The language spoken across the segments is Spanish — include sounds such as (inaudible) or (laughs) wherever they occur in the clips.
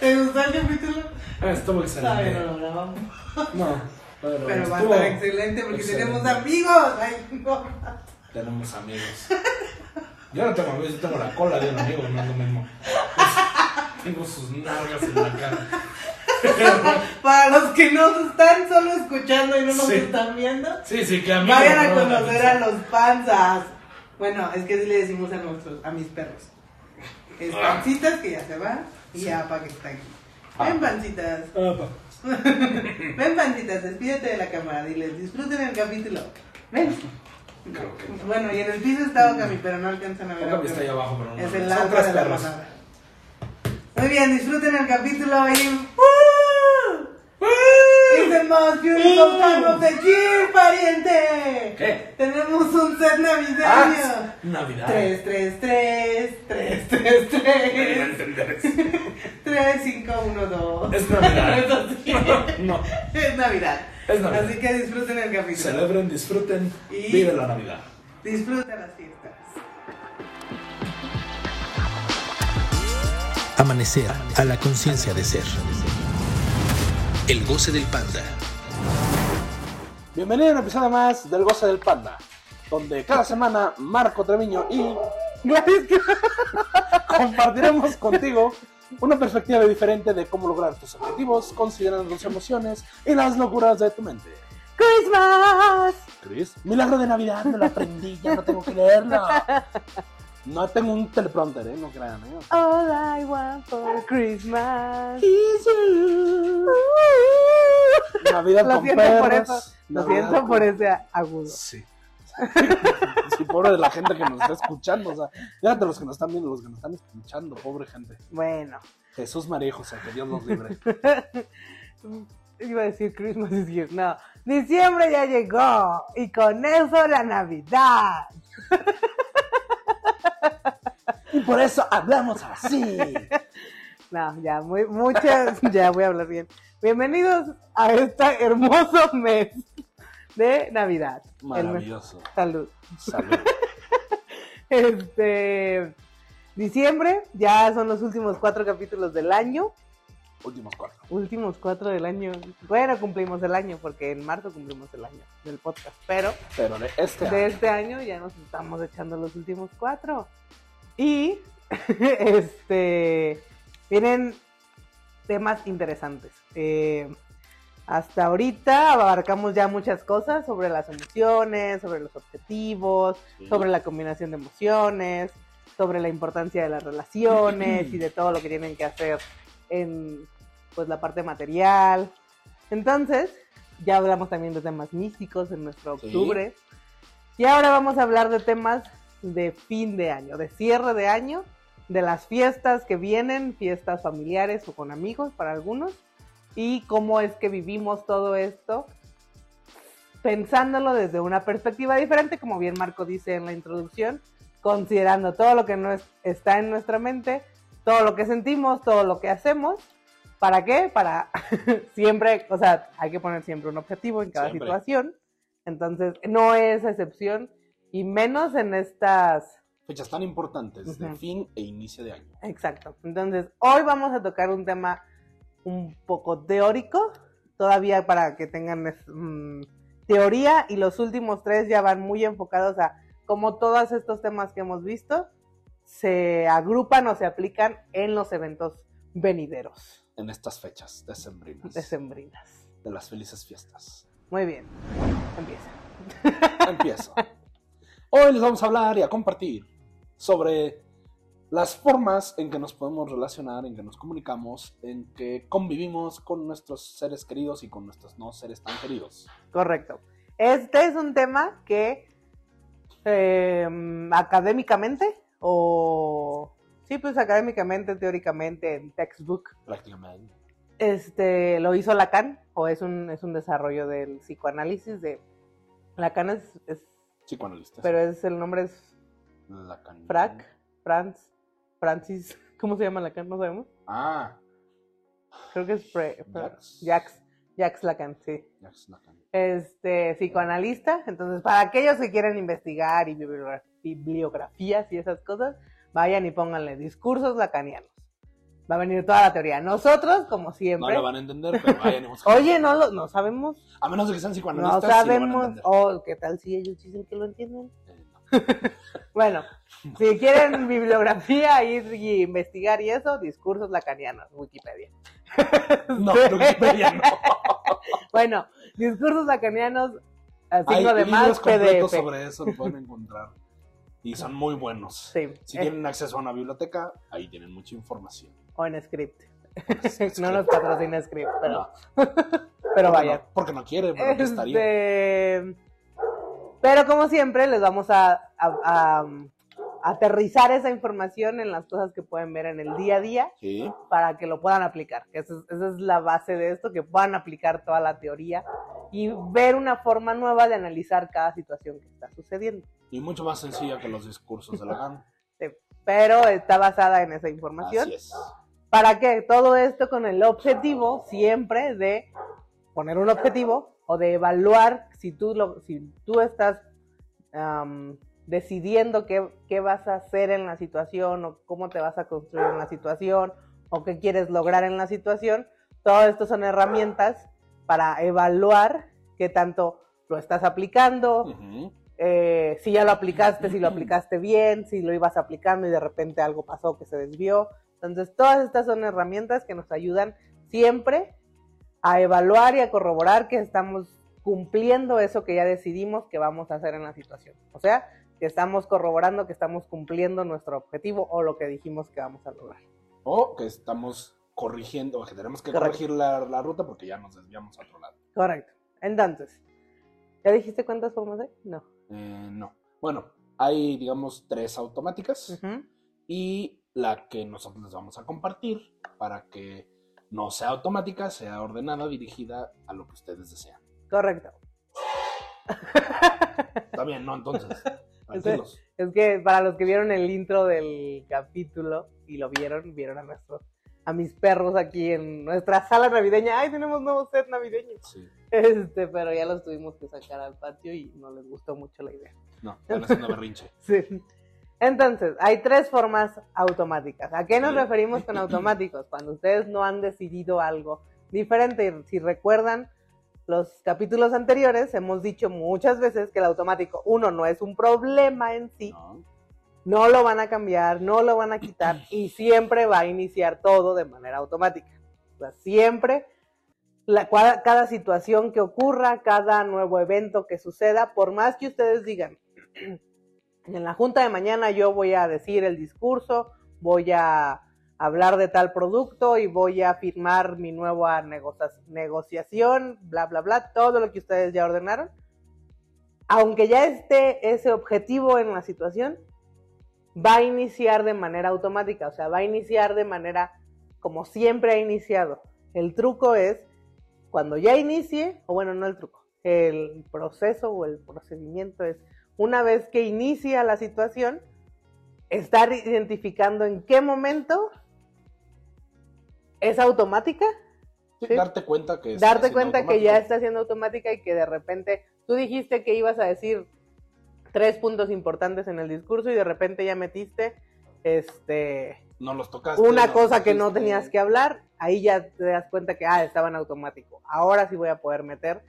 ¿Te gustó el capítulo? Ah, estuvo Todavía no excelente. lo grabamos. No, Pero pero, va a estuvo- estar excelente porque excelente. tenemos amigos. Ay, no. Tenemos amigos. Yo no tengo amigos, yo tengo la cola de un amigo, no es (laughs) lo mismo. Tengo sus nalgas en la cara. Para los que nos están solo escuchando y no nos Sí. están viendo, Sí, sí, que amigos. vayan a no van conocer pensar. a los panzas. Bueno, es que así le decimos a nuestros, a mis perros. Es pancitas que ya se va y Ah. Sí. apa que está aquí. Ven pancitas, (laughs) Ah, pa. ven pancitas, despídete de la cámara, diles, disfruten el capítulo. Ven. Creo que no. Bueno, y en el piso está Ogami, pero no alcanzan a ver. a Póngame está ahí Ogami. abajo, pero no. Es el Son alma tres de la perros. manada. Muy bien, disfruten el capítulo y... ¡Woo! ¡Ah! It's the most beautiful time of the year, pariente. ¿Qué? Tenemos un set Ah, navideño. Navidad. 3, 3, 3, 3, 3, Nadie va a 3, entender eso. 3, 5, 1, 2. (laughs) Es Navidad. Eso sí. (laughs) No, Es Navidad. es Navidad. Así que disfruten el capítulo. Celebren, disfruten, Y- vive la Navidad. Disfruten las fiestas. Amanecer a la conciencia de ser. El goce del panda. Bienvenido a un episodio más del Goce del Panda, donde cada semana Marco Treviño y (laughs) compartiremos contigo una perspectiva diferente de cómo lograr tus objetivos, considerando tus emociones y las locuras de tu mente. Christmas. Chris, milagro de Navidad, me lo aprendí, ya no tengo que leerlo. No tengo un teleprompter, ¿eh? no crean. ¿eh? All I want for Christmas. Navidad Lo con siento perros. por eso. Lo Navidad siento con- por ese agudo. Sí. Sí, pobre de la gente que nos está escuchando. O sea, déjate los que nos están viendo, los que nos están escuchando, pobre gente. Bueno, Jesús María y José, que Dios los libre. iba a decir Christmas (laughs) is here. No, diciembre ya llegó y con eso la Navidad. Y por eso hablamos así. No, ya muy muchas, ya voy a hablar bien. Bienvenidos a este hermoso mes de Navidad. El mes- Maravilloso. Salud. Salud. Este diciembre ya son los últimos cuatro capítulos del año. Últimos cuatro. últimos cuatro del año. Bueno, cumplimos el año, porque en marzo cumplimos el año del podcast. Pero Pero de este de año, este año ya nos estamos echando los últimos cuatro. Y (laughs) este vienen temas interesantes. Eh, hasta ahorita abarcamos ya muchas cosas sobre las emociones, sobre los objetivos, sobre la combinación de emociones, sobre la importancia de las relaciones y de todo lo que tienen que hacer en pues la parte material. Entonces, ya hablamos también de temas místicos en nuestro Sí. octubre. Y ahora vamos a hablar de temas de fin de año, de cierre de año, de las fiestas que vienen, fiestas familiares o con amigos para algunos, y cómo es que vivimos todo esto pensándolo desde una perspectiva diferente, como bien Marco dice en la introducción, considerando todo lo que no es- está en nuestra mente, todo lo que sentimos, todo lo que hacemos. ¿Para qué? Para (laughs) siempre, o sea, hay que poner siempre un objetivo en cada Siempre. situación. Entonces, no es excepción, y menos en estas fechas tan importantes de Ujú. fin e inicio de año. Exacto. Entonces, hoy vamos a tocar un tema un poco teórico, todavía para que tengan es, mm, teoría, y los últimos tres ya van muy enfocados a cómo todos estos temas que hemos visto se agrupan o se aplican en los eventos venideros, En estas fechas decembrinas. decembrinas. De las felices fiestas. Muy bien, empieza. Empiezo. Hoy les vamos a hablar y a compartir sobre las formas en que nos podemos relacionar, en que nos comunicamos, en que convivimos con nuestros seres queridos y con nuestros no seres tan queridos. Correcto. Este es un tema que eh, académicamente o sí, pues académicamente, teóricamente, en textbook, Prácticamente. este, lo hizo Lacan o es un es un desarrollo del psicoanálisis de Lacan es, es- Psicoanalistas. pero es el nombre es Lacan. Frac, Franz, Francis, (laughs) ¿cómo se llama Lacan? No sabemos. Ah, Creo que es Pre- Jacques. Jacques, Jacques Lacan, sí. Jacques Lacan. este, psicoanalista. Entonces, para aquellos que quieren investigar y bibliogra- bibliografías y esas cosas, Vayan y pónganle discursos lacanianos. Va a venir toda la teoría. Nosotros, como No siempre. lo van a entender, pero vayan y busquen. Oye, no lo, no sabemos. A menos de que sean No psicoanalistas. sí lo van a sabemos. entender. Oh, ¿qué tal si ellos dicen que lo entienden? Eh, no. (laughs) Bueno, si quieren bibliografía, ir y investigar y eso, discursos lacanianos, Wikipedia. No, (laughs) Wikipedia no. Bueno, discursos lacanianos, al Hay 5 de libros más, completos PDF. sobre eso que pueden encontrar. Y son muy buenos. Sí, Si eh, tienen acceso a una biblioteca, ahí tienen mucha información. o en script. (laughs) Pues, No nos que- patrocina script, pero, No, (laughs) pero porque vaya. no- porque no quiere, pero que estaría. Este, pero como siempre, les vamos a, a- a, um, aterrizar esa información en las cosas que pueden ver en el día a día Sí. para que lo puedan aplicar. que Esa es, esa es la base de esto, que puedan aplicar toda la teoría y ver una forma nueva de analizar cada situación que está sucediendo. Y mucho más sencilla que los discursos de Lacan. Pero está basada en esa información. Así es. ¿Para qué? Todo esto con el objetivo siempre de poner un objetivo o de evaluar si tú, lo, si tú estás am, decidiendo qué, qué vas a hacer en la situación o cómo te vas a construir en la situación o qué quieres lograr en la situación. Todo esto son herramientas para evaluar qué tanto lo estás aplicando, Ujú. eh, si ya lo aplicaste, si lo aplicaste bien, si lo ibas aplicando y de repente algo pasó que se desvió. Entonces, todas estas son herramientas que nos ayudan siempre a evaluar y a corroborar que estamos cumpliendo eso que ya decidimos que vamos a hacer en la situación. O sea, que estamos corroborando que estamos cumpliendo nuestro objetivo o lo que dijimos que vamos a lograr. O que estamos corrigiendo, o que tenemos que Correcto. corregir la, la ruta porque ya nos desviamos a otro lado. Correcto. Entonces, ¿ya dijiste cuántas formas de? No. Eh, no. Bueno, hay, digamos, tres automáticas. Ujú. y la que nosotros les vamos a compartir para que no sea automática, sea ordenada, dirigida a lo que ustedes desean. Correcto. Está bien, (laughs) ¿no? Entonces, tranquilos. Es que para los que vieron el intro del capítulo y lo vieron, vieron a nuestros, a mis perros aquí en nuestra sala navideña. ¡Ay, tenemos nuevo set navideño! Sí. Este, pero ya los tuvimos que sacar al patio y no les gustó mucho la idea. (laughs) No, están haciendo berrinche. Sí. Entonces, hay tres formas automáticas. ¿A qué nos Sí. referimos con automáticos? Cuando ustedes no han decidido algo diferente. Y Si recuerdan los capítulos anteriores, hemos dicho muchas veces que el automático, uno, no es un problema en sí, ¿no? no lo van a cambiar, no lo van a quitar y siempre va a iniciar todo de manera automática. O sea, siempre, la, cada, cada situación que ocurra, cada nuevo evento que suceda, por más que ustedes digan, (clears throat) en la junta de mañana yo voy a decir el discurso, voy a hablar de tal producto y voy a firmar mi nueva negocia- negociación, bla, bla, bla, todo lo que ustedes ya ordenaron. Aunque ya esté ese objetivo en la situación, va a iniciar de manera automática, o sea, va a iniciar de manera como siempre ha iniciado. El truco es cuando ya inicie, o bueno, no el truco, el proceso o el procedimiento es una vez que inicia la situación, estar identificando en qué momento es automática, Sí, Sí. Darte cuenta que... está darte siendo cuenta que ya automático. está siendo automática y que de repente tú dijiste que ibas a decir tres puntos importantes en el discurso y de repente ya metiste este No los tocaste. una no cosa los que no dijiste. tenías que hablar, ahí ya te das cuenta que ah, estaba en automático. Ahora sí voy a poder meter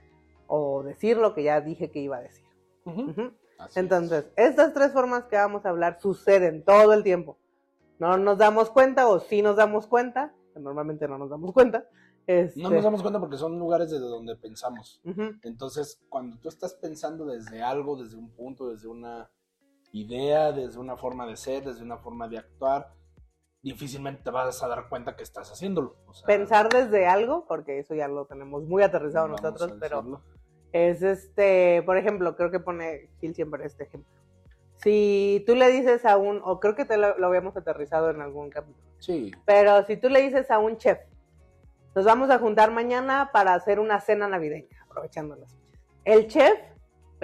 o decir lo que ya dije que iba a decir. Ujú, Ujú. así Entonces, estas tres formas que vamos a hablar suceden todo el tiempo. No nos damos cuenta o sí nos damos cuenta, que normalmente no nos damos cuenta. es. No este, nos damos cuenta porque son lugares desde donde pensamos. ujú. Entonces, cuando tú estás pensando desde algo, desde un punto, desde una idea, desde una forma de ser, desde una forma de actuar, difícilmente te vas a dar cuenta que estás haciéndolo. O sea, pensar desde algo, porque eso ya lo tenemos muy aterrizado vamos nosotros, a pero decirlo. es este, por ejemplo, creo que pone Gil siempre este ejemplo. Si tú le dices a un, o creo que te lo, lo habíamos aterrizado en algún capítulo, Sí, pero si tú le dices a un chef, nos vamos a juntar mañana para hacer una cena navideña, aprovechando las fechas. El chef,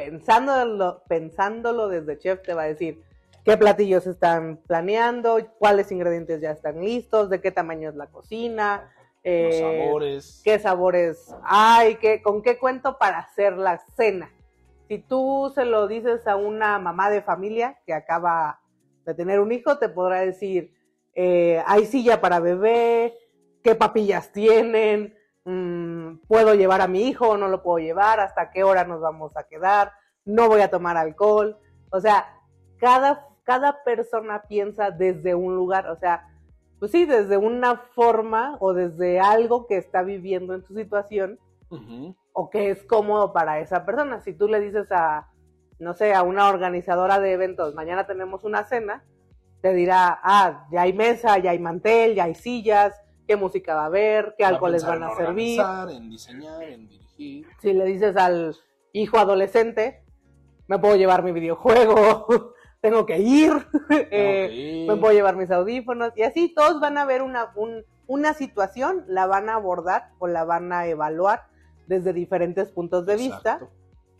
pensándolo, pensándolo desde chef, te va a decir qué platillos están planeando, cuáles ingredientes ya están listos, de qué tamaño es la cocina, los eh, sabores. qué sabores hay, qué, con qué cuento para hacer la cena. Si tú se lo dices a una mamá de familia que acaba de tener un hijo, te podrá decir, eh, hay silla para bebé, qué papillas tienen, Mm, puedo llevar a mi hijo, no lo puedo llevar, hasta qué hora nos vamos a quedar, no voy a tomar alcohol. O sea, cada, cada persona piensa desde un lugar, o sea, pues sí, desde una forma o desde algo que está viviendo en su situación Ujú. o que es cómodo para esa persona. Si tú le dices a, no sé, a una organizadora de eventos, mañana tenemos una cena, te dirá, ah, ya hay mesa, ya hay mantel, ya hay sillas, qué música va a haber, qué Va a alcohol les pensar van a en servir. organizar, En diseñar, en dirigir. Si le dices al hijo adolescente, me puedo llevar mi videojuego, (laughs) tengo que ir, (laughs) eh, Ah, Ok. me puedo llevar mis audífonos, y así todos van a ver una, un- una situación, la van a abordar o la van a evaluar desde diferentes puntos de vista, Exacto.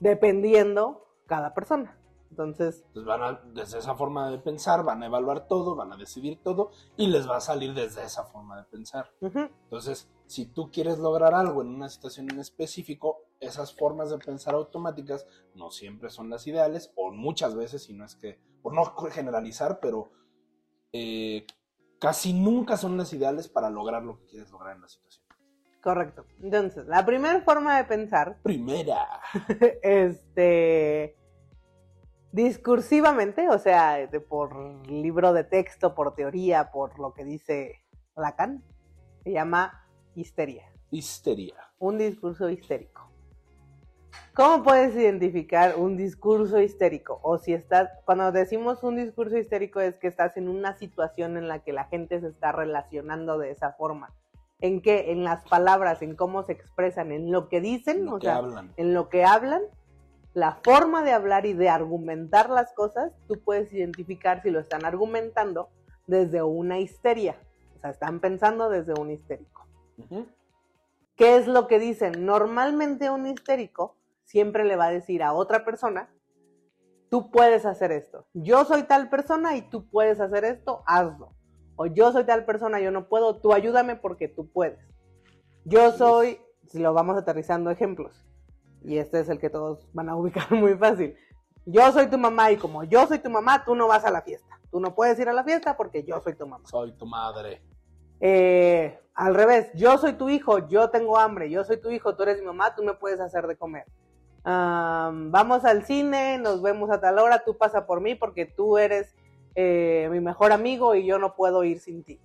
dependiendo cada persona. Entonces, Entonces pues van a- desde esa forma de pensar, van a evaluar todo, van a decidir todo y les va a salir desde esa forma de pensar. ujú, Entonces, si tú quieres lograr algo en una situación en específico, esas formas de pensar automáticas no siempre son las ideales, o muchas veces, si no es que, por no generalizar, pero eh, casi nunca son las ideales para lograr lo que quieres lograr en la situación. correcto. Entonces, la primera forma de pensar, Primera. este, discursivamente, o sea, de- por libro de texto, por teoría, por lo que dice Lacan, se llama histeria. Histeria. un discurso histérico. ¿Cómo puedes identificar un discurso histérico? O si estás, cuando decimos un discurso histérico es que estás en una situación en la que la gente se está relacionando de esa forma. ¿En qué? En las palabras, en cómo se expresan, en lo que dicen, Lo o que sea, hablan. en lo que hablan, la forma de hablar y de argumentar las cosas, tú puedes identificar si lo están argumentando desde una histeria. O sea, están pensando desde un histérico. Ujú. ¿Qué es lo que dicen? Normalmente un histérico siempre le va a decir a otra persona, tú puedes hacer esto. Yo soy tal persona y tú puedes hacer esto, hazlo. O yo soy tal persona, yo no puedo, tú ayúdame porque tú puedes. Yo soy, si lo vamos aterrizando ejemplos, y este es el que todos van a ubicar (laughs) muy fácil. Yo soy tu mamá y como yo soy tu mamá, tú no vas a la fiesta. Tú no puedes ir a la fiesta porque yo soy tu mamá. Soy tu madre. Eh, al revés, yo soy tu hijo, yo tengo hambre, yo soy tu hijo, tú eres mi mamá, tú me puedes hacer de comer. Am, vamos al cine, nos vemos a tal hora, tú pasa por mí porque tú eres eh, mi mejor amigo y yo no puedo ir sin ti.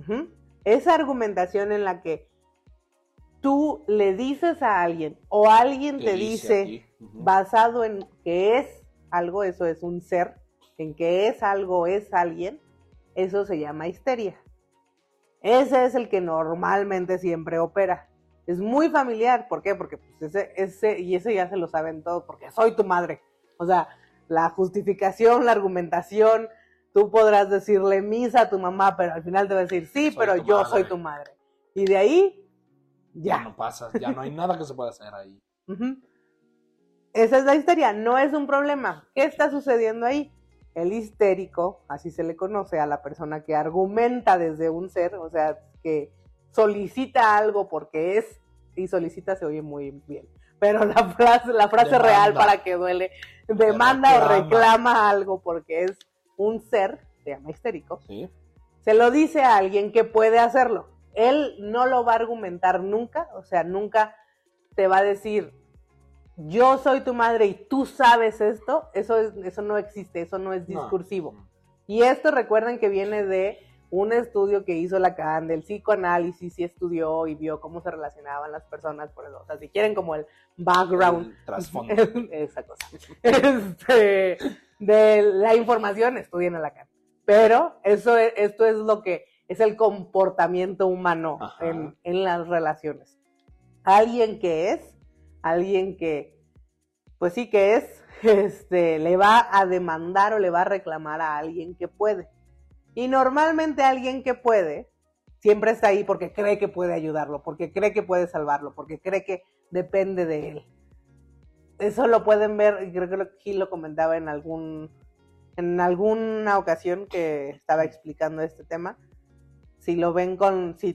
Ujú. Esa argumentación en la que tú le dices a alguien o alguien te dice, a ti. Ujú. basado en que es algo, eso es un ser, en que es algo, es alguien, eso se llama histeria. Ese es el que normalmente siempre opera. Es muy familiar, ¿por qué? Porque pues, ese, ese, y eso ya se lo saben todos, porque soy tu madre. O sea, la justificación, la argumentación, tú podrás decirle misa a tu mamá, pero al final te va a decir, sí, Soy pero tu yo madre". soy tu madre. Y de ahí, ya. Ya no pasas, ya no hay nada que se pueda hacer ahí. Ujú. Esa es la histeria, no es un problema. ¿Qué está sucediendo ahí? El histérico, así se le conoce a la persona que argumenta desde un ser, o sea, que solicita algo porque es, y solicita se oye muy bien, pero la frase, la frase Demanda. real para que duele, demanda o reclama. reclama algo porque es un ser, se llama histérico, ¿Sí? se lo dice a alguien que puede hacerlo. Él no lo va a argumentar nunca, o sea, nunca te va a decir, yo soy tu madre y tú sabes esto. Eso, es- eso no existe, eso no es (laughs) No. discursivo. Y esto recuerden que viene de un estudio que hizo Lacan del psicoanálisis y estudió y vio cómo se relacionaban las personas por eso. O sea, si quieren como el background El trasfondo. (laughs) esa cosa. Este, de la información, estudien a Lacan. Pero eso e- esto es lo que es el comportamiento humano Ajá. en, en las relaciones. Alguien que es, alguien que, pues sí que es, (laughs) este, le va a demandar o le va a reclamar a alguien que puede. Y normalmente alguien que puede siempre está ahí porque cree que puede ayudarlo, porque cree que puede salvarlo, porque cree que depende de él. Eso lo pueden ver, y creo que lo- Gil lo comentaba en algún en alguna ocasión que estaba explicando este tema. Si lo ven con si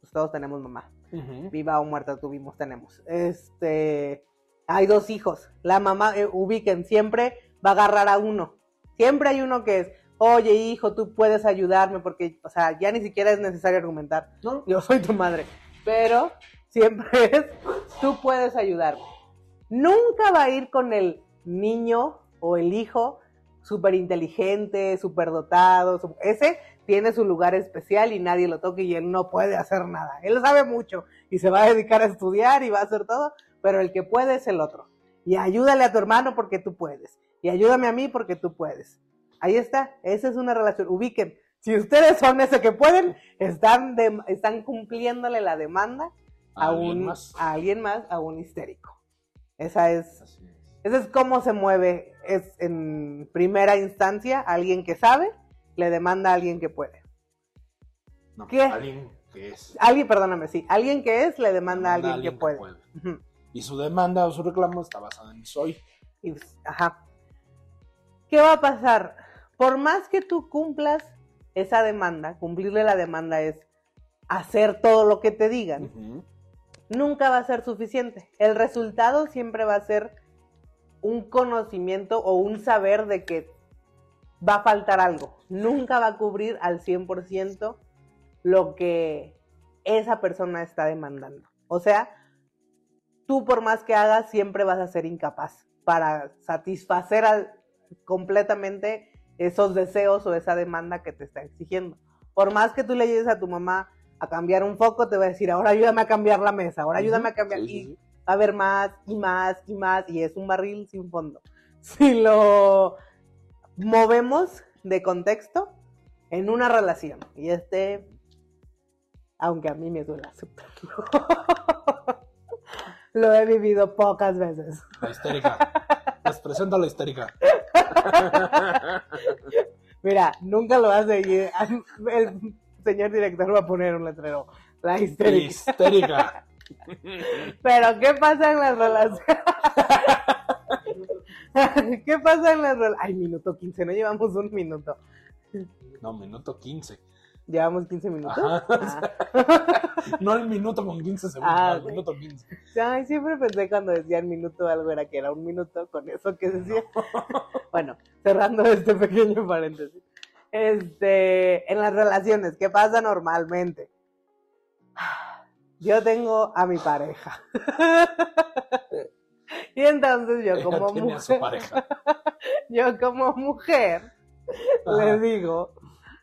pues todos tenemos mamá, Ujú. viva o muerta tuvimos tenemos. Este, hay dos hijos. La mamá eh, ubiquen siempre va a agarrar a uno. Siempre hay uno que es oye hijo, tú puedes ayudarme, porque, o sea, ya ni siquiera es necesario argumentar, ¿no? yo soy tu madre, pero siempre (laughs) es, tú puedes ayudarme. Nunca va a ir con el niño o el hijo súper inteligente, súper dotado, su- ese tiene su lugar especial y nadie lo toca y él no puede hacer nada, él sabe mucho y se va a dedicar a estudiar y va a hacer todo, pero el que puede es el otro. Y ayúdale a tu hermano porque tú puedes. Y ayúdame a mí porque tú puedes. Ahí está, esa es una relación. Ubiquen, si ustedes son ese que pueden, están, de- están cumpliéndole la demanda a, ¿Alguien un, más? a alguien más, a un histérico. Esa es, Así es. esa es cómo se mueve. Es en primera instancia, alguien que sabe le demanda a alguien que puede. No, ¿Qué? Alguien que es. Alguien, perdóname, sí, alguien que es le demanda a alguien, que puede. Ujú. Y su demanda o su reclamo está basada en soy. Y, pues, ajá. ¿Qué va a pasar? Por más que tú cumplas esa demanda, cumplirle la demanda es hacer todo lo que te digan, Ujú. nunca va a ser suficiente. El resultado siempre va a ser un conocimiento o un saber de que va a faltar algo. Nunca va a cubrir al 100% lo que esa persona está demandando. O sea, tú por más que hagas, siempre vas a ser incapaz para satisfacer al- completamente esos deseos o esa demanda que te está exigiendo. Por más que tú le ayudes a tu mamá a cambiar un foco, te va a decir, ahora ayúdame a cambiar la mesa, ahora ayúdame a cambiar... Sí, sí, y sí. va a haber más y más y más y es un barril sin fondo. (laughs) Si lo movemos de contexto en una relación y este, aunque a mí me duele aceptarlo, (laughs) lo he vivido pocas veces. La histérica. (laughs) Les presento a la histérica. Mira, nunca lo vas a seguir. (laughs) El señor director va a poner un letrero, la histérica. Histérica. Pero ¿qué pasa en las relaciones? (laughs) ¿Qué pasa en las relaciones? Ay, minuto 15, no llevamos un minuto. No, minuto 15. Llevamos 15 minutos. Ajá. (laughs) Ah. No el minuto con 15 segundos, Ah, el sí. minuto 15. Ay, siempre pensé cuando decían minuto algo era que era un minuto con eso que decía. (laughs) Bueno, cerrando este pequeño paréntesis. Este, en las relaciones, ¿qué pasa normalmente? Yo tengo a mi pareja. (laughs) Y entonces yo Ella como tiene a su mujer, (laughs) pareja. yo como mujer Ajá. le digo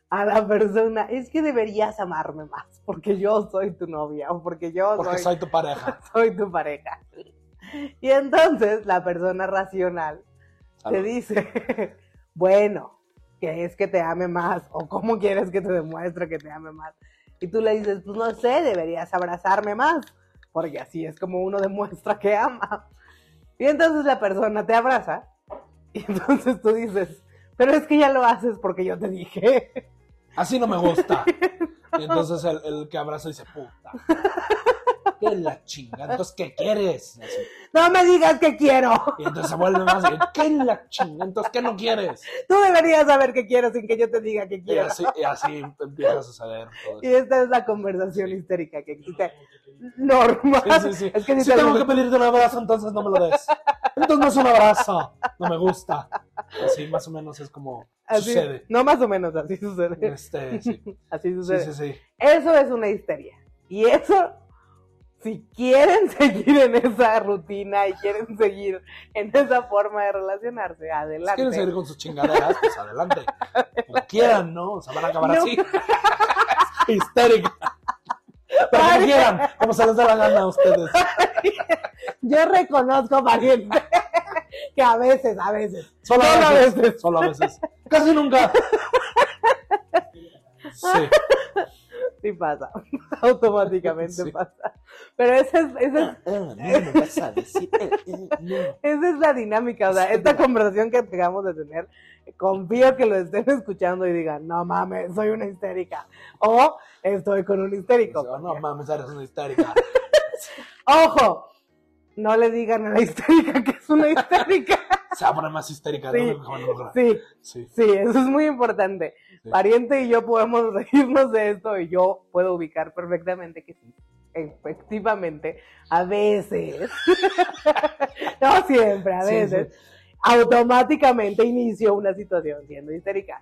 a la persona, es que deberías amarme más, porque yo soy tu novia o porque yo Porque soy, soy tu pareja. soy tu pareja. Y entonces la persona racional te Salud. dice, (laughs) bueno, ¿quieres que te ame más? ¿O cómo quieres que te demuestre que te ame más? Y tú le dices, pues no sé, deberías abrazarme más, porque así es como uno (laughs) demuestra que ama. Y entonces la persona te abraza, (laughs) y entonces tú dices, pero es que ya lo haces porque yo te dije. (laughs) Así no me gusta. Y entonces el, el que abraza dice, puta. ¿Qué la chingada? Entonces, ¿qué quieres? Y así. No me digas que quiero. Y entonces se vuelve más. y, ¿Qué la chingada? Entonces, ¿qué no quieres? Tú deberías saber que quiero sin que yo te diga que Y quiero. así, y así empieza a suceder todo Y eso. esta es la conversación histérica que existe normal. Sí, sí, sí. Es que si si te tengo gusta- que pedirte un abrazo, entonces no me lo des. Entonces no es un abrazo. No me gusta. Así más o menos es como Así- sucede. No más o menos, así sucede. Este, sí. (laughs) Así Sí, sucede. sí, sí. Eso es una histeria. Y eso, si quieren (laughs) seguir en esa rutina y quieren seguir en esa forma de relacionarse, Si adelante. quieren seguir con sus chingaderas, pues adelante. Como quieran, ¿no? O sea, van a acabar No. así. (laughs) Histérica. Pero como Pare- quieran, como se les dé la gana a ustedes. Yo reconozco, paciente, (laughs) que a veces, a veces, Solo Solo a a veces. Solo a veces. Casi nunca. Sí. sí pasa. (laughs) Automáticamente Sí. pasa. Pero esa es, esa es no me vas a decir. eh, no. Esa es la dinámica, o sea, esta conversación que acabamos de tener, confío que lo estén escuchando y digan, no mames, soy una histérica, o estoy con un histérico. No mames, eres una histérica. Ojo, no le digan a la histérica que es una histérica. Se abre más histérica. Sí. No me van a lograr. Sí, Sí. sí, eso es muy importante. Sí. Pariente y yo podemos (laughs) reírnos de esto y yo puedo ubicar perfectamente que sí, efectivamente, a veces, (laughs) no siempre, a Sí, veces, automáticamente inicio una situación siendo histérica.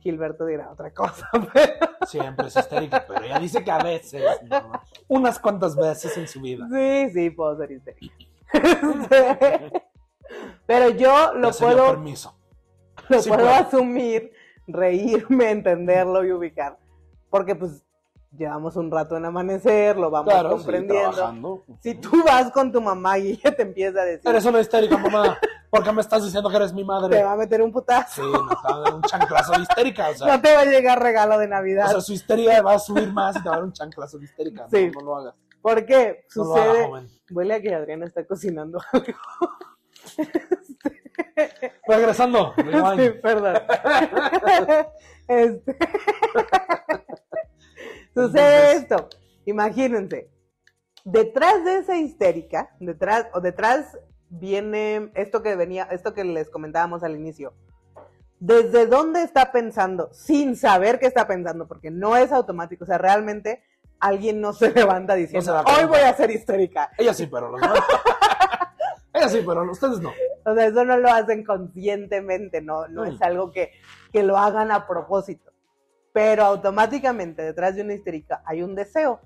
Gilberto dirá otra cosa, (laughs) pero Siempre es histérica, pero ella dice que a veces, no, unas cuantas veces en su vida. sí, sí, puedo ser histérica. (laughs) Este, pero yo lo Ya se dio puedo, permiso. lo Sí, puedo puedo. asumir, reírme, entenderlo y ubicar. Porque pues llevamos un rato en amanecer, lo vamos Claro, sí, comprendiendo. trabajando. si tú vas con tu mamá y ella te empieza a decir, Eres una histérica, mamá. ¿Por qué me estás diciendo que eres mi te madre? va a meter un putazo, Sí, nos va a dar un chanclazo de histérica. O sea, no te va a llegar regalo de Navidad. o sea, su histeria va a subir más y te va a dar un chanclazo de histérica. Sí. No, no lo hagas. ¿Por qué? No lo hagas, Sucede. joven. Huele a que Adriana está cocinando algo. Regresando. (laughs) rewind. Sí, perdón. (laughs) Este- Sucede Entonces- esto. Imagínense. Detrás de esa histérica, detrás, o detrás viene esto que venía, esto que les comentábamos al inicio. ¿Desde dónde está pensando? Sin saber qué está pensando, porque no es automático. O sea, realmente alguien no se (laughs) levanta diciendo, da hoy cuenta". voy a ser histérica. Ella sí, pero los demás. Ella sí, pero ustedes no. O sea, eso no lo hacen conscientemente, no, no es Mm. algo que, que lo hagan a propósito. Pero automáticamente detrás de una histérica hay un deseo.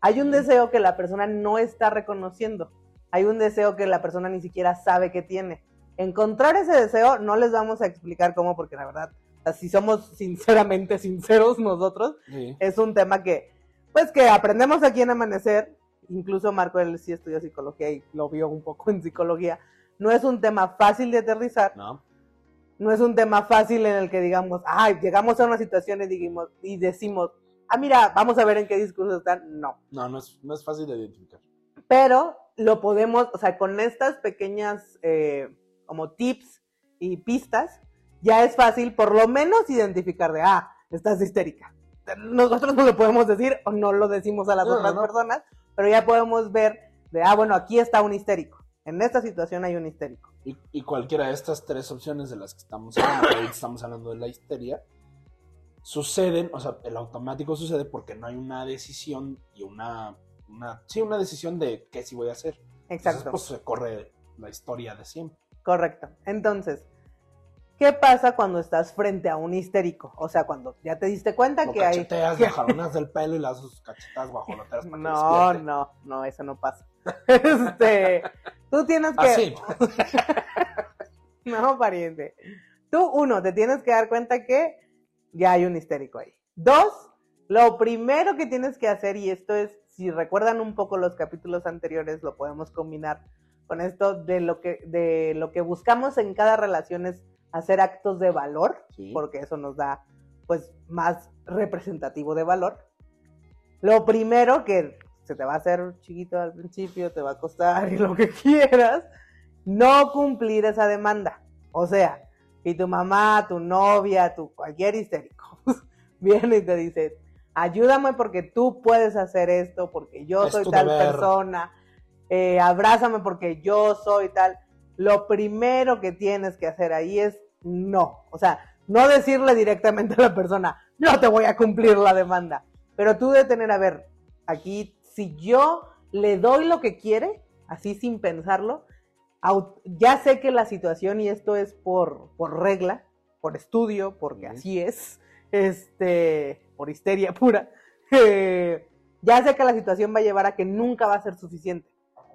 Hay un deseo que la persona no está reconociendo. Hay un deseo que la persona ni siquiera sabe que tiene. Encontrar ese deseo no les vamos a explicar cómo, porque la verdad, o sea, si somos sinceramente sinceros nosotros, Sí. es un tema que, pues que aprendemos aquí en Amanecer, incluso Marco él sí estudió psicología y lo vio un poco en psicología, no es un tema fácil de aterrizar, No. no es un tema fácil en el que digamos, ay, llegamos a una situación y, digamos, y decimos, ah, mira, vamos a ver en qué discurso están, no, No, no es, no es fácil de identificar. pero lo podemos, o sea, con estas pequeñas eh, como tips y pistas, ya es fácil por lo menos identificar de, ah, estás histérica. Nosotros no lo podemos decir o no lo decimos a las No, no, otras no. personas, pero ya podemos ver de, ah, bueno, aquí está un histérico, en esta situación hay un histérico. Y, y cualquiera de estas tres opciones de las que estamos hablando, que ahorita estamos hablando de la histeria, suceden, o sea, el automático sucede porque no hay una decisión y una, una sí, una decisión de qué sí voy a hacer. Exacto. Entonces, pues se corre la historia de siempre. Correcto. Entonces, ¿qué pasa cuando estás frente a un histérico? O sea, cuando ya te diste cuenta Lo que hay... cacheteas, le jalonas del pelo y le haces sus cachetas guajoloteras para que No, despierte. no, no, eso no pasa. (laughs) Este, tú tienes que. Así, (laughs) No, pariente. Tú, uno, te tienes que dar cuenta que ya hay un histérico ahí. Dos, lo primero que tienes que hacer, y esto es, si recuerdan un poco los capítulos anteriores, lo podemos combinar con esto de lo que, de lo que buscamos en cada relación es hacer actos de valor Sí. porque eso nos da pues más representativo de valor. Lo primero que se te va a hacer chiquito al principio, te va a costar (laughs) y lo que quieras, no cumplir esa demanda. O sea, si tu mamá, tu novia, tu cualquier histérico (laughs) viene y te dice, ayúdame porque tú puedes hacer esto, porque yo Es soy tu tal deber". persona, eh, abrázame porque yo soy tal. Lo primero que tienes que hacer ahí es no. O sea, no decirle directamente a la persona, no te voy a cumplir la demanda. Pero tú de tener, a ver, aquí, si yo le doy lo que quiere, así sin pensarlo, au- ya sé que la situación, y esto es por, por regla, por estudio, porque Ujú. así es, este, por histeria pura, eh, ya sé que la situación va a llevar a que nunca va a ser suficiente.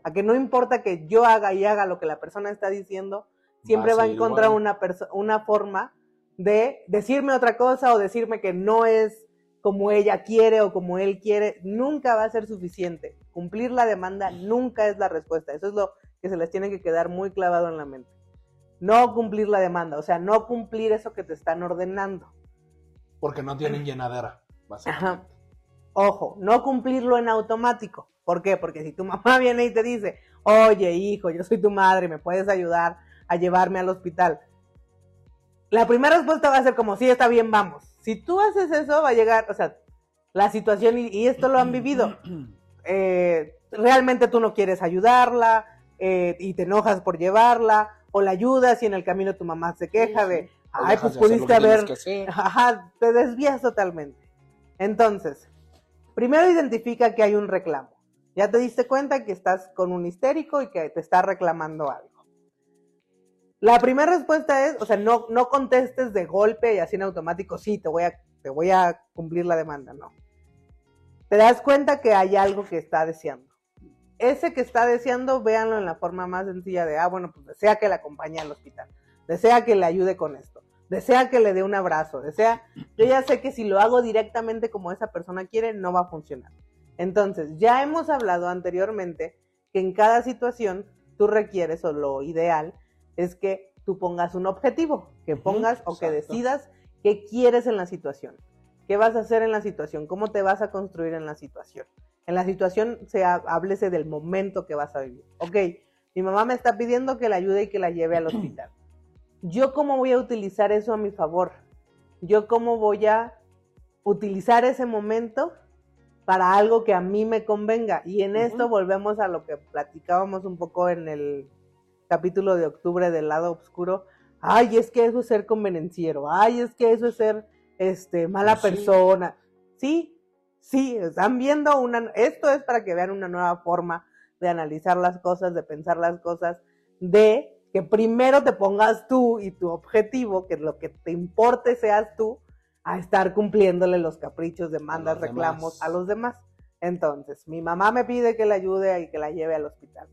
A que no importa que yo haga y haga lo que la persona está diciendo, siempre Va a va a seguir encontrar igual. una, perso- una forma de decirme otra cosa o decirme que no es como ella quiere o como él quiere. Nunca va a ser suficiente. Cumplir la demanda nunca es la respuesta. Eso es lo que se les tiene que quedar muy clavado en la mente. No cumplir la demanda, o sea, no cumplir eso que te están ordenando. porque no tienen llenadera, básicamente. Ajá. Ojo, no cumplirlo en automático. ¿Por qué? Porque si tu (laughs) mamá viene y te dice, oye hijo, yo soy tu madre, me puedes ayudar a llevarme al hospital. La primera respuesta va a ser como, sí, está bien, vamos. Si tú haces eso, va a llegar, o sea, la situación, y, y esto lo (clears throat) han vivido, eh, realmente tú no quieres ayudarla eh, y te enojas por llevarla, o la ayudas y en el camino tu mamá se queja de, O ay, dejas pues de hacer pudiste lo que tienes haber que (laughs) hacer. Ajá, te desvías totalmente. Entonces, primero identifica que hay un reclamo. Ya te diste cuenta que estás con un histérico y que te está reclamando algo. La primera respuesta es, o sea, no, no contestes de golpe y así en automático, sí, te voy a, te voy a cumplir la demanda, no. Te das cuenta que hay algo que está deseando. Ese que está deseando, véanlo en la forma más sencilla de, ah, bueno, pues desea que la acompañe al hospital, desea que le ayude con esto, desea que le dé un abrazo, desea, yo ya sé que si lo hago directamente como esa persona quiere, no va a funcionar. Entonces, ya hemos hablado anteriormente que en cada situación tú requieres o lo ideal es que tú pongas un objetivo, que pongas Ujú, o que exacto. decidas qué quieres en la situación, qué vas a hacer en la situación, cómo te vas a construir en la situación. En la situación se ha- háblese del momento que vas a vivir. Ok, mi mamá me está pidiendo que la ayude y que la lleve al hospital. ¿Yo cómo voy a utilizar eso a mi favor? ¿Yo cómo voy a utilizar ese momento para algo que a mí me convenga? Y en esto volvemos a lo que platicábamos un poco en el capítulo de octubre del lado oscuro. Ay, es que eso es ser convenenciero. Ay, es que eso es ser este, mala Pues sí. persona. Sí, sí, están viendo una... Esto es para que vean una nueva forma de analizar las cosas, de pensar las cosas, de que primero te pongas tú y tu objetivo, que lo que te importe seas tú, a estar cumpliéndole los caprichos, demandas, los reclamos demás. a los demás. Entonces, mi mamá me pide que la ayude y que la lleve al hospital.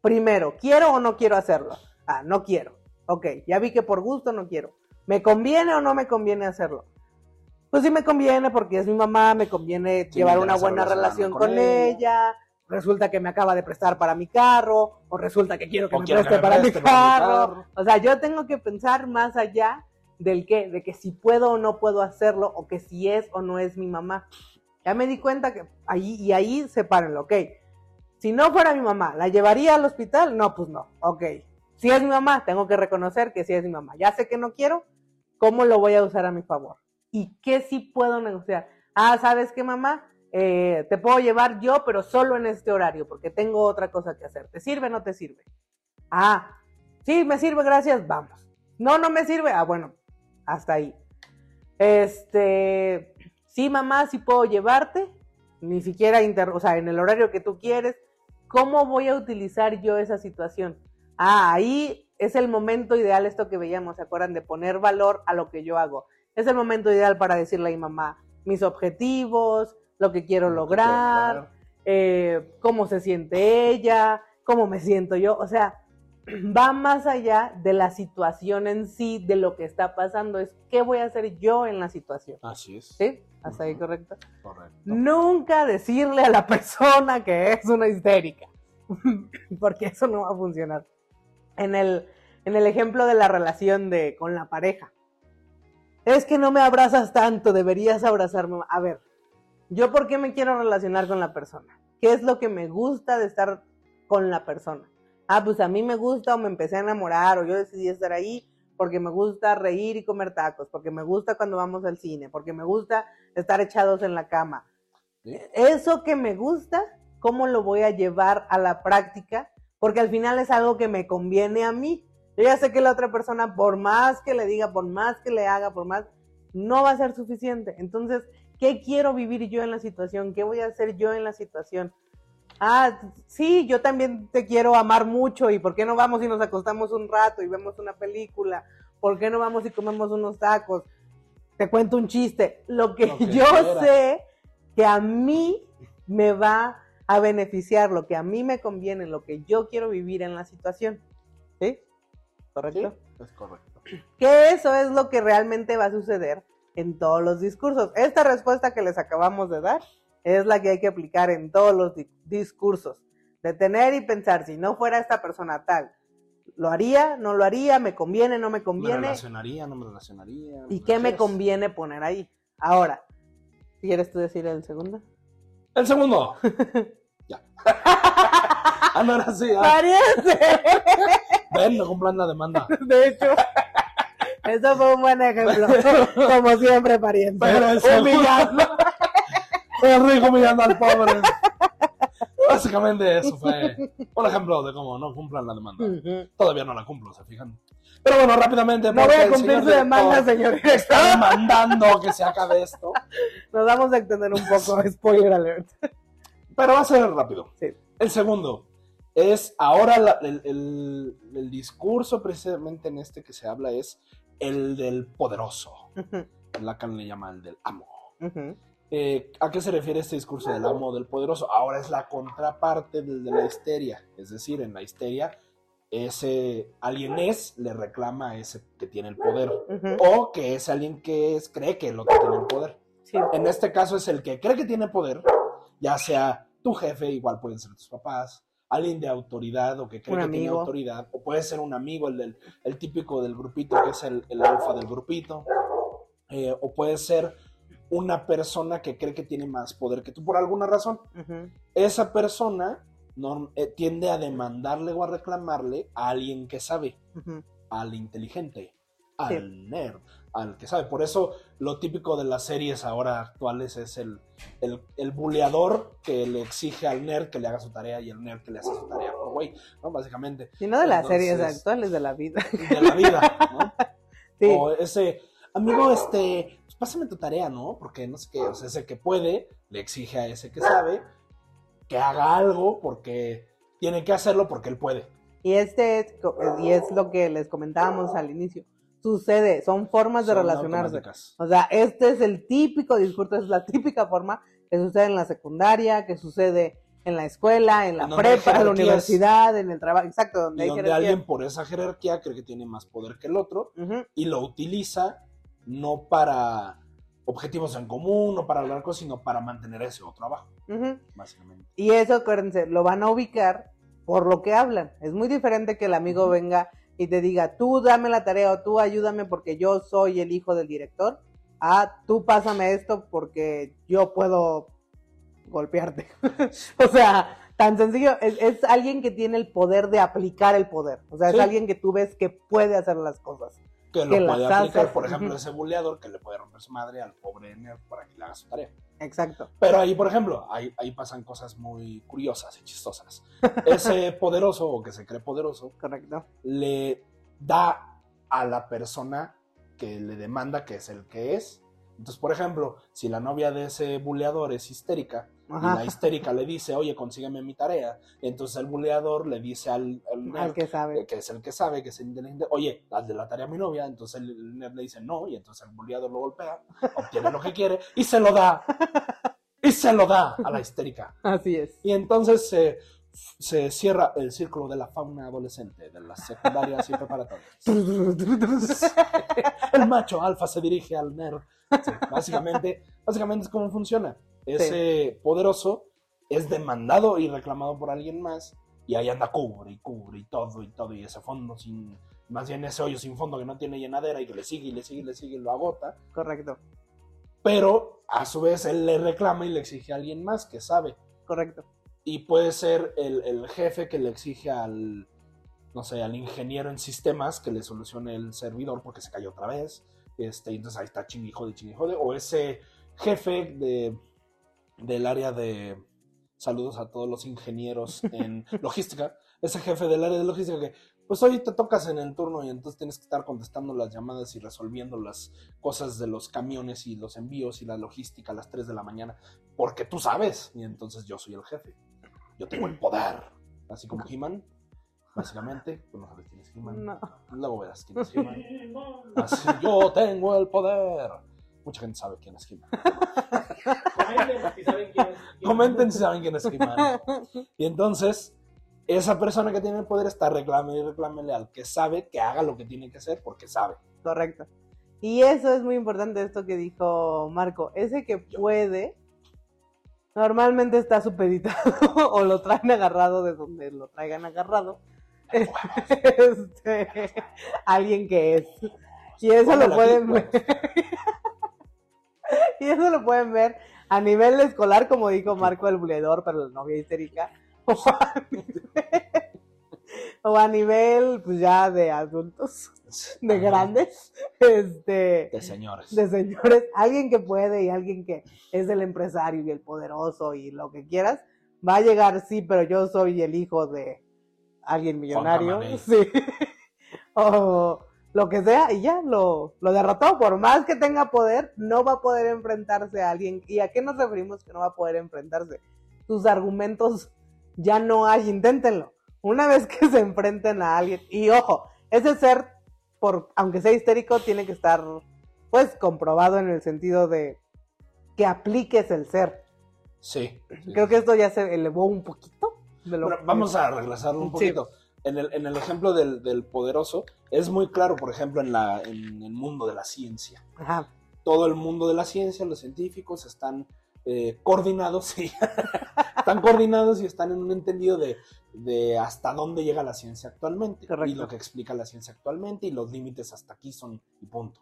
Primero, ¿quiero o no quiero hacerlo? Ah, no quiero. Ok, ya vi que por gusto no quiero. ¿Me conviene o no me conviene hacerlo? Pues sí me conviene porque es mi mamá, me conviene Sí, llevar me una interesa buena relacionarme relación con con, ella. ella. Resulta que me acaba de prestar para mi carro, o resulta que quiero que O me quiero preste que me para, preste mi, para mi carro. carro. O sea, yo tengo que pensar más allá del qué, de que si puedo o no puedo hacerlo, o que si es o no es mi mamá. Ya me di cuenta que ahí, y ahí sepárenlo, ok. Si no fuera mi mamá, ¿la llevaría al hospital? No, pues no, ok. Si es mi mamá, tengo que reconocer que si es mi mamá. Ya sé que no quiero, ¿cómo lo voy a usar a mi favor? ¿Y qué sí puedo negociar? Ah, ¿sabes qué, mamá? Eh, te puedo llevar yo, pero solo en este horario, porque tengo otra cosa que hacer. ¿Te sirve o no te sirve? Ah, sí, me sirve, gracias, vamos. No, no me sirve. Ah, bueno, hasta ahí. Este, sí, mamá, sí puedo llevarte, ni siquiera, inter- o sea, en el horario que tú quieres. ¿Cómo voy a utilizar yo esa situación? Ah, ahí es el momento ideal, esto que veíamos, ¿se acuerdan? De poner valor a lo que yo hago. Es el momento ideal para decirle a mi mamá mis objetivos, lo que quiero lograr, eh, cómo se siente ella, cómo me siento yo. O sea, (clears throat) va más allá de la situación en sí, de lo que está pasando. Es qué voy a hacer yo en la situación. Así es. ¿Sí? ¿Hasta ahí correcto? Correcto. Nunca decirle a la persona que es una histérica, (laughs) porque eso no va a funcionar. En el, en el ejemplo de la relación de, con la pareja. Es que no me abrazas tanto, deberías abrazarme. más. A ver, ¿yo por qué me quiero relacionar con la persona? ¿Qué es lo que me gusta de estar con la persona? Ah, pues a mí me gusta o me empecé a enamorar o yo decidí estar ahí porque me gusta reír y comer tacos, porque me gusta cuando vamos al cine, porque me gusta estar echados en la cama. Sí. Eso que me gusta, ¿cómo lo voy a llevar a la práctica? Porque al final es algo que me conviene a mí. Yo ya sé que la otra persona, por más que le diga, por más que le haga, por más, no va a ser suficiente. Entonces, ¿qué quiero vivir yo en la situación? ¿Qué voy a hacer yo en la situación? Ah, sí, yo también te quiero amar mucho y ¿por qué no vamos y nos acostamos un rato y vemos una película? ¿Por qué no vamos y comemos unos tacos? Te cuento un chiste. Lo que, Lo que yo quieras. sé que a mí me va a beneficiar, lo que a mí me conviene, lo que yo quiero vivir en la situación. ¿Sí? ¿Correcto? Sí, es correcto. que eso es lo que realmente va a suceder en todos los discursos. Esta respuesta que les acabamos de dar es la que hay que aplicar en todos los di- discursos. Detener y pensar, si no fuera esta persona tal, ¿lo haría? ¿No lo haría? ¿Me conviene? ¿No me Me conviene? relacionaría, no me relacionaría. ¿Y qué me Así es. conviene poner ahí? Ahora, ¿quieres tú decir el segundo? El segundo. (laughs) ya. (laughs) ah, no, ahora sí. ah. ¡Parece! Ven, no cumplan la demanda. De hecho, (laughs) eso fue un buen ejemplo. (laughs) Como siempre, pariente. Pero el segundo. Humillando. (laughs) El rico mirando al pobre. Básicamente eso fue un ejemplo de cómo no cumplan la demanda. Ujú. Todavía no la cumplo, se fijan. Pero bueno, rápidamente. Mm. No voy porque a el cumplir señor su demanda, director señor. (laughs) Está demandando que se acabe esto. Nos vamos a extender un poco, spoiler alert. Pero va a ser rápido. Sí. El segundo. es ahora la- el, el- el discurso precisamente en este que se habla es el del poderoso. Ujú, Lacan le llama el del amo. ujú. Eh, ¿A qué se refiere este discurso del amo del poderoso? Ahora es la contraparte del de la histeria. Es decir, en la histeria, ese alguien es, le reclama a ese que tiene el poder. Ujú, O que es alguien que es, cree que el otro tiene el poder. Sí. En este caso es el que cree que tiene poder, ya sea tu jefe, igual pueden ser tus papás, alguien de autoridad o que cree Un que tiene amigo. autoridad, o puede ser un amigo, el, del- el típico del grupito que es el, el alfa del grupito, eh, o puede ser una persona que cree que tiene más poder que tú por alguna razón. ujú, Esa persona norm- eh, tiende a demandarle o a reclamarle a alguien que sabe ujú. al inteligente, Sí. al nerd, al que sabe. Por eso lo típico de las series ahora actuales es el, el, el buleador que le exige al nerd que le haga su tarea y el nerd que le hace su tarea. Pues, güey, ¿no? Básicamente, Y no de las Entonces- series actuales de la vida. de la vida, ¿no? (laughs) Sí. O ese, amigo, este, pues pásame tu tarea, ¿no? Porque no sé qué, o sea, ese que puede le exige a ese que sabe que haga algo porque tiene que hacerlo porque él puede. Y este es, co- y es lo que les comentábamos al inicio. Sucede, son formas de Son relacionarse. automáticas. O sea, este es el típico discurso, es la típica forma que sucede en la secundaria, que sucede en la escuela, en la En donde hay prepa, en la jerarquías. universidad, en el trabajo, exacto, donde Y hay donde jerarquía. alguien por esa jerarquía cree que tiene más poder que el otro Ujú, y lo utiliza no para objetivos en común, no para hablar cosas, sino para mantener ese otro abajo, ujú. básicamente. Y eso, acuérdense, lo van a ubicar por lo que hablan. Es muy diferente que el amigo Ujú. venga y te diga, tú dame la tarea o tú ayúdame porque yo soy el hijo del director. Ah, tú pásame esto porque yo puedo golpearte. (laughs) o sea, tan sencillo, es, es alguien que tiene el poder de aplicar el poder. O sea, Sí. es alguien que tú ves que puede hacer las cosas. Que lo Que puede las aplicar, haces, por ejemplo, ujú. ese buleador que le puede romper su madre al pobre nerd para que le haga su tarea. Exacto. Pero ahí, por ejemplo, ahí, ahí pasan cosas muy curiosas y (laughs) chistosas. Ese poderoso o que se cree poderoso Correcto. le da a la persona que le demanda que es el que es. Entonces, por ejemplo, si la novia de ese buleador es histérica, y Ajá. la histérica le dice, oye, consígueme mi tarea, entonces el buleador le dice al, al nerd, Al que sabe. eh, que es el que sabe, que es el inteligente, oye, hazle la tarea a mi novia, entonces el- el nerd le dice no, y entonces el buleador lo golpea, obtiene lo que quiere, y se (laughs) lo da, y se lo da a la histérica. Así es. Y entonces se- se cierra el círculo de la fauna adolescente, de las secundarias y preparatorias. El macho alfa se dirige al nerd. Sí, básicamente, básicamente es como funciona. Ese poderoso es demandado y reclamado por alguien más y ahí anda cubre y cubre y todo y todo y ese fondo sin más bien ese hoyo sin fondo que no tiene llenadera y que le sigue y le sigue y le sigue y lo agota, Correcto. pero a su vez él le reclama y le exige a alguien más que sabe Correcto. y puede ser el, el jefe que le exige al, no sé, al ingeniero en sistemas que le solucione el servidor porque se cayó otra vez, este, y entonces ahí está chingue y jode, chingue y jode, o ese jefe de, del área de, saludos a todos los ingenieros en logística, ese jefe del área de logística que, pues hoy te tocas en el turno y entonces tienes que estar contestando las llamadas y resolviendo las cosas de los camiones y los envíos y la logística a las 3 de la mañana, porque tú sabes, y entonces yo soy el jefe yo tengo el poder. Así como He-Man, básicamente. Tú no sabes quién es He-Man. No. Luego verás quién es He-Man. Así, yo tengo el poder. Mucha gente sabe quién es He-Man. Comenten si saben quién es. Comenten si saben quién es (laughs) He-Man. Y entonces, esa persona que tiene el poder está reclame y reclámele al que sabe que haga lo que tiene que hacer porque sabe. Correcto. Y eso es muy importante, esto que dijo Marco. Ese que puede, normalmente está supeditado (laughs) o lo traen agarrado de donde lo traigan agarrado. Este, alguien que es. Y eso Póngalo lo aquí, pueden huevos. ver. (laughs) Y eso lo pueden ver a nivel escolar, como dijo Marco el buleador, pero la novia histérica. (laughs) O a nivel- (laughs) o a nivel, pues ya (laughs) de adultos de Ajá. grandes, este, De señores. de señores, alguien que puede y alguien que es el empresario y el poderoso y lo que quieras, va a llegar, sí, pero yo soy el hijo de alguien millonario, (laughs) Camaney. sí, o lo que sea, y ya lo, lo derrotó, por más que tenga poder, no va a poder enfrentarse a alguien. ¿Y a qué nos referimos que no va a poder enfrentarse? Sus argumentos ya no hay, inténtenlo. Una vez que se enfrenten a alguien, y ojo, ese ser, por, aunque sea histérico, tiene que estar pues comprobado en el sentido de que apliques el ser. Sí. sí. Creo que esto ya se elevó un poquito. de lo- Pero vamos a regresar un Sí. poquito. En, el, en el ejemplo del, del poderoso, es muy claro, por ejemplo, en, la, en el mundo de la ciencia. Ajá. Todo el mundo de la ciencia, los científicos están eh, coordinados, (laughs) sí. están coordinados y están en un entendido de, de hasta dónde llega la ciencia actualmente. Y Correcto. lo que explica la ciencia actualmente y los límites hasta aquí son y punto.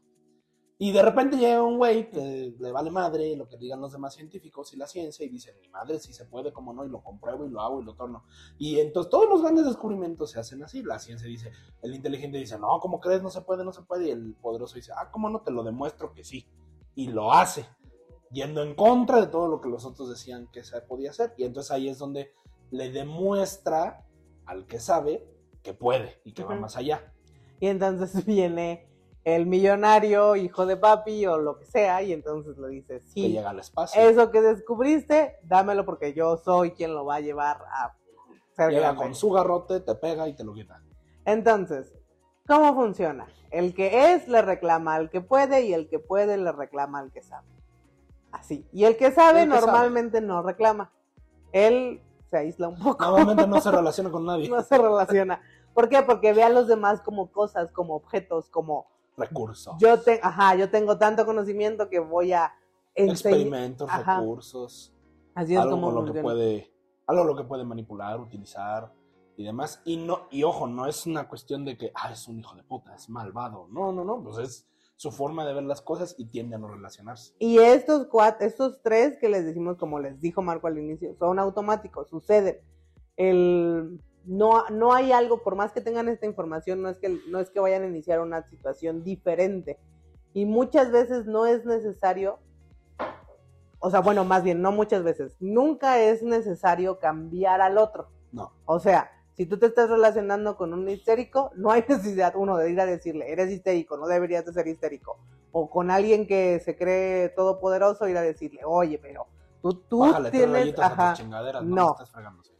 Y de repente llega un güey que le vale madre lo que digan los demás científicos y la ciencia y dice, mi madre si se puede, cómo no, y lo compruebo y lo hago y lo torno. Y entonces todos los grandes descubrimientos se hacen así. La ciencia dice, el inteligente dice, no, ¿cómo crees? No se puede, no se puede. Y el poderoso dice, ah, ¿cómo no? Te lo demuestro que sí. Y lo hace, yendo en contra de todo lo que los otros decían que se podía hacer. Y entonces ahí es donde le demuestra al que sabe que puede y que va Ujú. más allá. Y entonces (laughs) viene el millonario, hijo de papi o lo que sea, y entonces le dice, Que sí, llega al espacio. eso que descubriste, dámelo porque yo soy quien lo va a llevar a ser Llega grande". con su garrote, te pega y te lo quita. Entonces, ¿cómo funciona? El que es le reclama al que puede y el que puede le reclama al que sabe. Así. Y el que sabe El que normalmente no reclama. Él se aísla un poco. Normalmente no (laughs) se relaciona con nadie. no se relaciona. ¿Por qué? Porque ve a los demás como cosas, como objetos, como Recursos. yo te, ajá, yo tengo tanto conocimiento que voy a enseñar. experimentos, Ajá. recursos, Así es algo como con lo que funciona. puede, algo lo que puede manipular, utilizar y demás. Y no, y ojo, no es una cuestión de que ah, es un hijo de puta, es malvado. No, no, no, pues es su forma de ver las cosas y tiende a no relacionarse. Y estos cuatro, estos tres que les decimos, como les dijo Marco al inicio, son automáticos, suceden. El, no, no hay algo, por más que tengan esta información, no es que, no es que vayan a iniciar una situación diferente. Y muchas veces no es necesario, o sea, bueno, más bien, no muchas veces, nunca es necesario cambiar al otro. No. O sea, si tú te estás relacionando con un histérico, no hay (laughs) necesidad, uno, de ir a decirle, eres histérico, no deberías de ser histérico. O con alguien que se cree todopoderoso, ir a decirle, oye, pero tú, tú Bájale tres tienes... rayitas a ajá". tus chingaderas, no, No. me estás fregando. sí.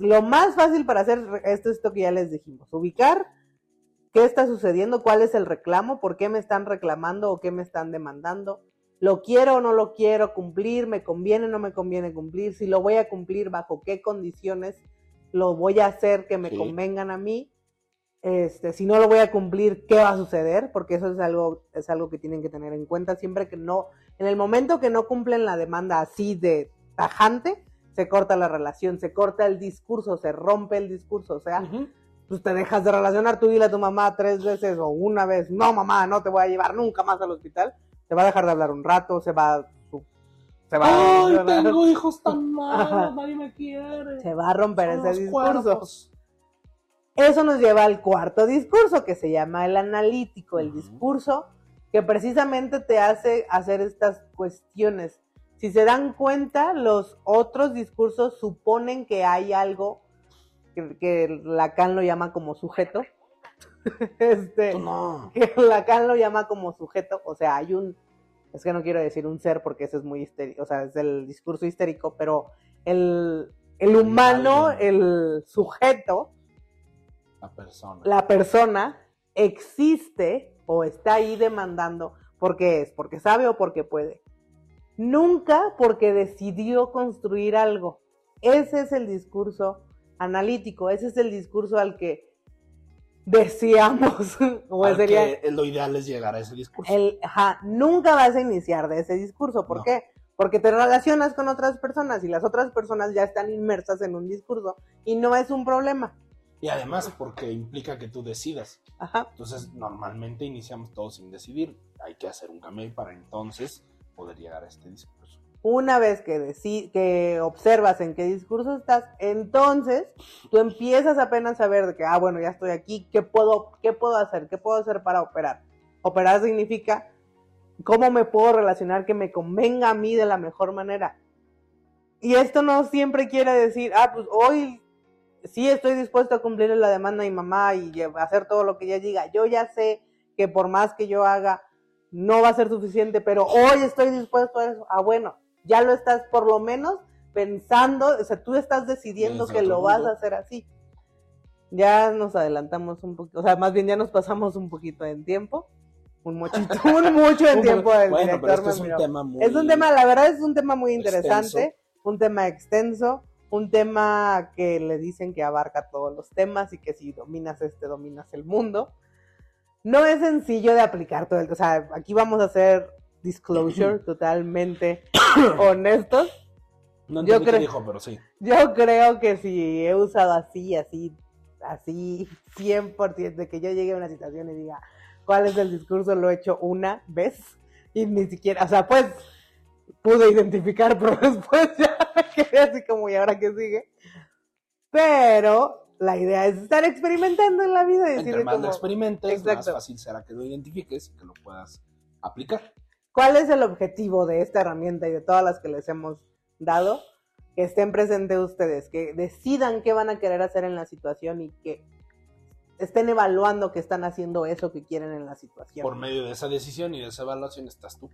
Lo más fácil para hacer esto es esto que ya les dijimos, ubicar qué está sucediendo, cuál es el reclamo, por qué me están reclamando o qué me están demandando, lo quiero o no lo quiero cumplir, me conviene o no me conviene cumplir, si lo voy a cumplir, bajo qué condiciones lo voy a hacer que me Sí. convengan a mí, este, si no lo voy a cumplir, qué va a suceder, porque eso es algo, es algo que tienen que tener en cuenta siempre que no, en el momento que no cumplen la demanda así de tajante, se corta la relación, se corta el discurso, se rompe el discurso, o sea, Ujú. pues te dejas de relacionar, tú dile a tu mamá tres veces o una vez, no mamá, no te voy a llevar nunca más al hospital, te va a dejar de hablar un rato, se va, su- se va, Ay, se va- tengo hijos tan Ajá. malos, nadie me quiere. (laughs) se va a romper Son ese los discurso. cuerpos. Eso nos lleva al cuarto discurso que se llama el analítico, el Ujú. discurso que precisamente te hace hacer estas cuestiones. Si se dan cuenta, los otros discursos suponen que hay algo que, que Lacan lo llama como sujeto. (laughs) este, Tú no. que Lacan lo llama como sujeto, o sea, hay un, es que no quiero decir un ser porque ese es muy histérico, o sea, es el discurso histérico, pero el, el humano, Alguien. el sujeto, La persona. la persona, existe o está ahí demandando porque es, porque sabe o porque puede. Nunca porque decidió construir algo. Ese es el discurso analítico, ese es el discurso al que deseamos, (laughs) o Al sería que lo ideal es llegar a ese discurso. el, ajá, nunca vas a iniciar de ese discurso. ¿Por No. qué? Porque te relacionas con otras personas y las otras personas ya están inmersas en un discurso y no es un problema. Y además, porque implica que tú decidas. Ajá. Entonces, normalmente iniciamos todos sin decidir. Hay que hacer un cambio y para entonces poder llegar a este discurso. Una vez que, deci- que observas en qué discurso estás, entonces tú empiezas apenas a ver de que, ah, bueno, ya estoy aquí, ¿qué puedo, qué puedo hacer? ¿Qué puedo hacer para operar? Operar significa cómo me puedo relacionar que me convenga a mí de la mejor manera. Y esto no siempre quiere decir, ah, pues hoy sí estoy dispuesto a cumplir la demanda de mi mamá y lle- hacer todo lo que ella diga. Yo ya sé que por más que yo haga, no va a ser suficiente, pero hoy estoy dispuesto a eso. Ah, bueno, ya lo estás por lo menos pensando, o sea, tú estás decidiendo Desde que otro lo vas mundo. a hacer así. Ya nos adelantamos un poquito, o sea, más bien ya nos pasamos un poquito en tiempo. Un (laughs) mochito, un mucho en tiempo del Bueno, pero director. este es un Ramiro. tema muy. Es un tema, la verdad es un tema muy Extenso. interesante, un tema extenso, un tema que le dicen que abarca todos los temas y que si dominas este, dominas el mundo. No es sencillo de aplicar todo el, o sea, aquí vamos a hacer (clears throat) disclosure totalmente honestos. No yo entendí qué creo- dijo, pero sí. Yo creo que si he usado así, así, así, 100%, de que yo llegue a una situación y diga, ¿cuál es el discurso? Lo he hecho una vez y ni siquiera, o sea, pues pude identificar, pero (laughs) después ya me quedé así como, ¿y ahora qué sigue? Pero la idea es estar experimentando en la vida y Entre decir, más lo como, experimentes, Exacto. más fácil será que lo identifiques y que lo puedas aplicar. ¿cuál es el objetivo de esta herramienta y de todas las que les hemos dado? Que estén presentes ustedes, que decidan qué van a querer hacer en la situación y que estén evaluando que están haciendo eso que quieren en la situación. Por medio de esa decisión y de esa evaluación estás tú.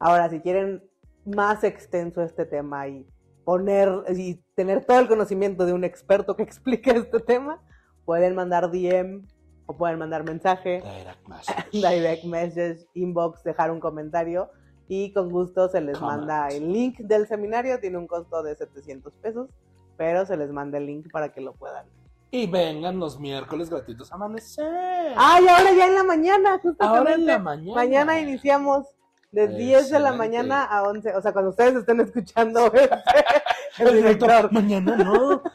Ahora, si quieren más extenso este tema y poner y tener todo el conocimiento de un experto que (laughs) explique este tema, pueden mandar DM o pueden mandar mensaje. Direct message. (laughs) direct message, inbox, dejar un comentario y con gusto se les Comment. manda el link del seminario, tiene un costo de 700 pesos, pero se les manda el link para que lo puedan. Y vengan los miércoles gratuitos a amanecer. ¡Ay, ahora ya en la mañana! Justamente. Ahora en la mañana. Ah, Mañana iniciamos de 10 de la Excelente. mañana a 11, o sea, cuando ustedes estén escuchando este, el El director, director. Mañana (laughs) no. (laughs)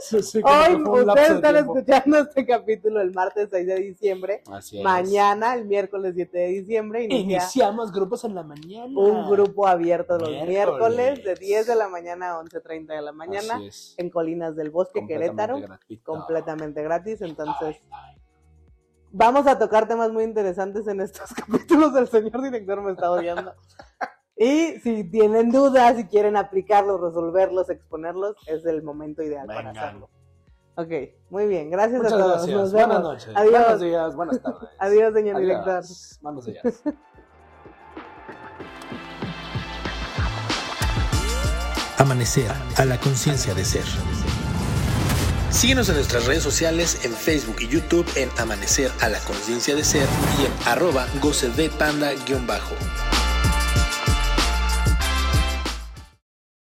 Sí, sí, como Hoy que fue un lapso ustedes de están tiempo. escuchando este capítulo el martes 6 de diciembre. Así es. Mañana, el miércoles 7 de diciembre, inicia (laughs) Iniciamos grupos en la mañana. un grupo abierto los Ah, Miércoles. miércoles de 10 de la mañana a 11.30 de la mañana Así es. en Colinas del Bosque, Completamente Querétaro, gratuito. completamente gratis. Entonces, Ay, ay. vamos a tocar temas muy interesantes en estos (laughs) capítulos. El señor director me está odiando. Y si tienen dudas, si quieren aplicarlos, resolverlos, exponerlos, es el momento ideal para Vengan. hacerlo. Ok, muy bien. Gracias Muchas a todos. gracias. Nos Buenas vemos. noches. Adiós. Buenos días. Buenas tardes. Adiós, señor Adiós. director. Buenos días. Amanecer a la conciencia de ser. Síguenos en nuestras redes sociales en Facebook y YouTube en Amanecer a la conciencia de ser y en arroba goce de panda-bajo.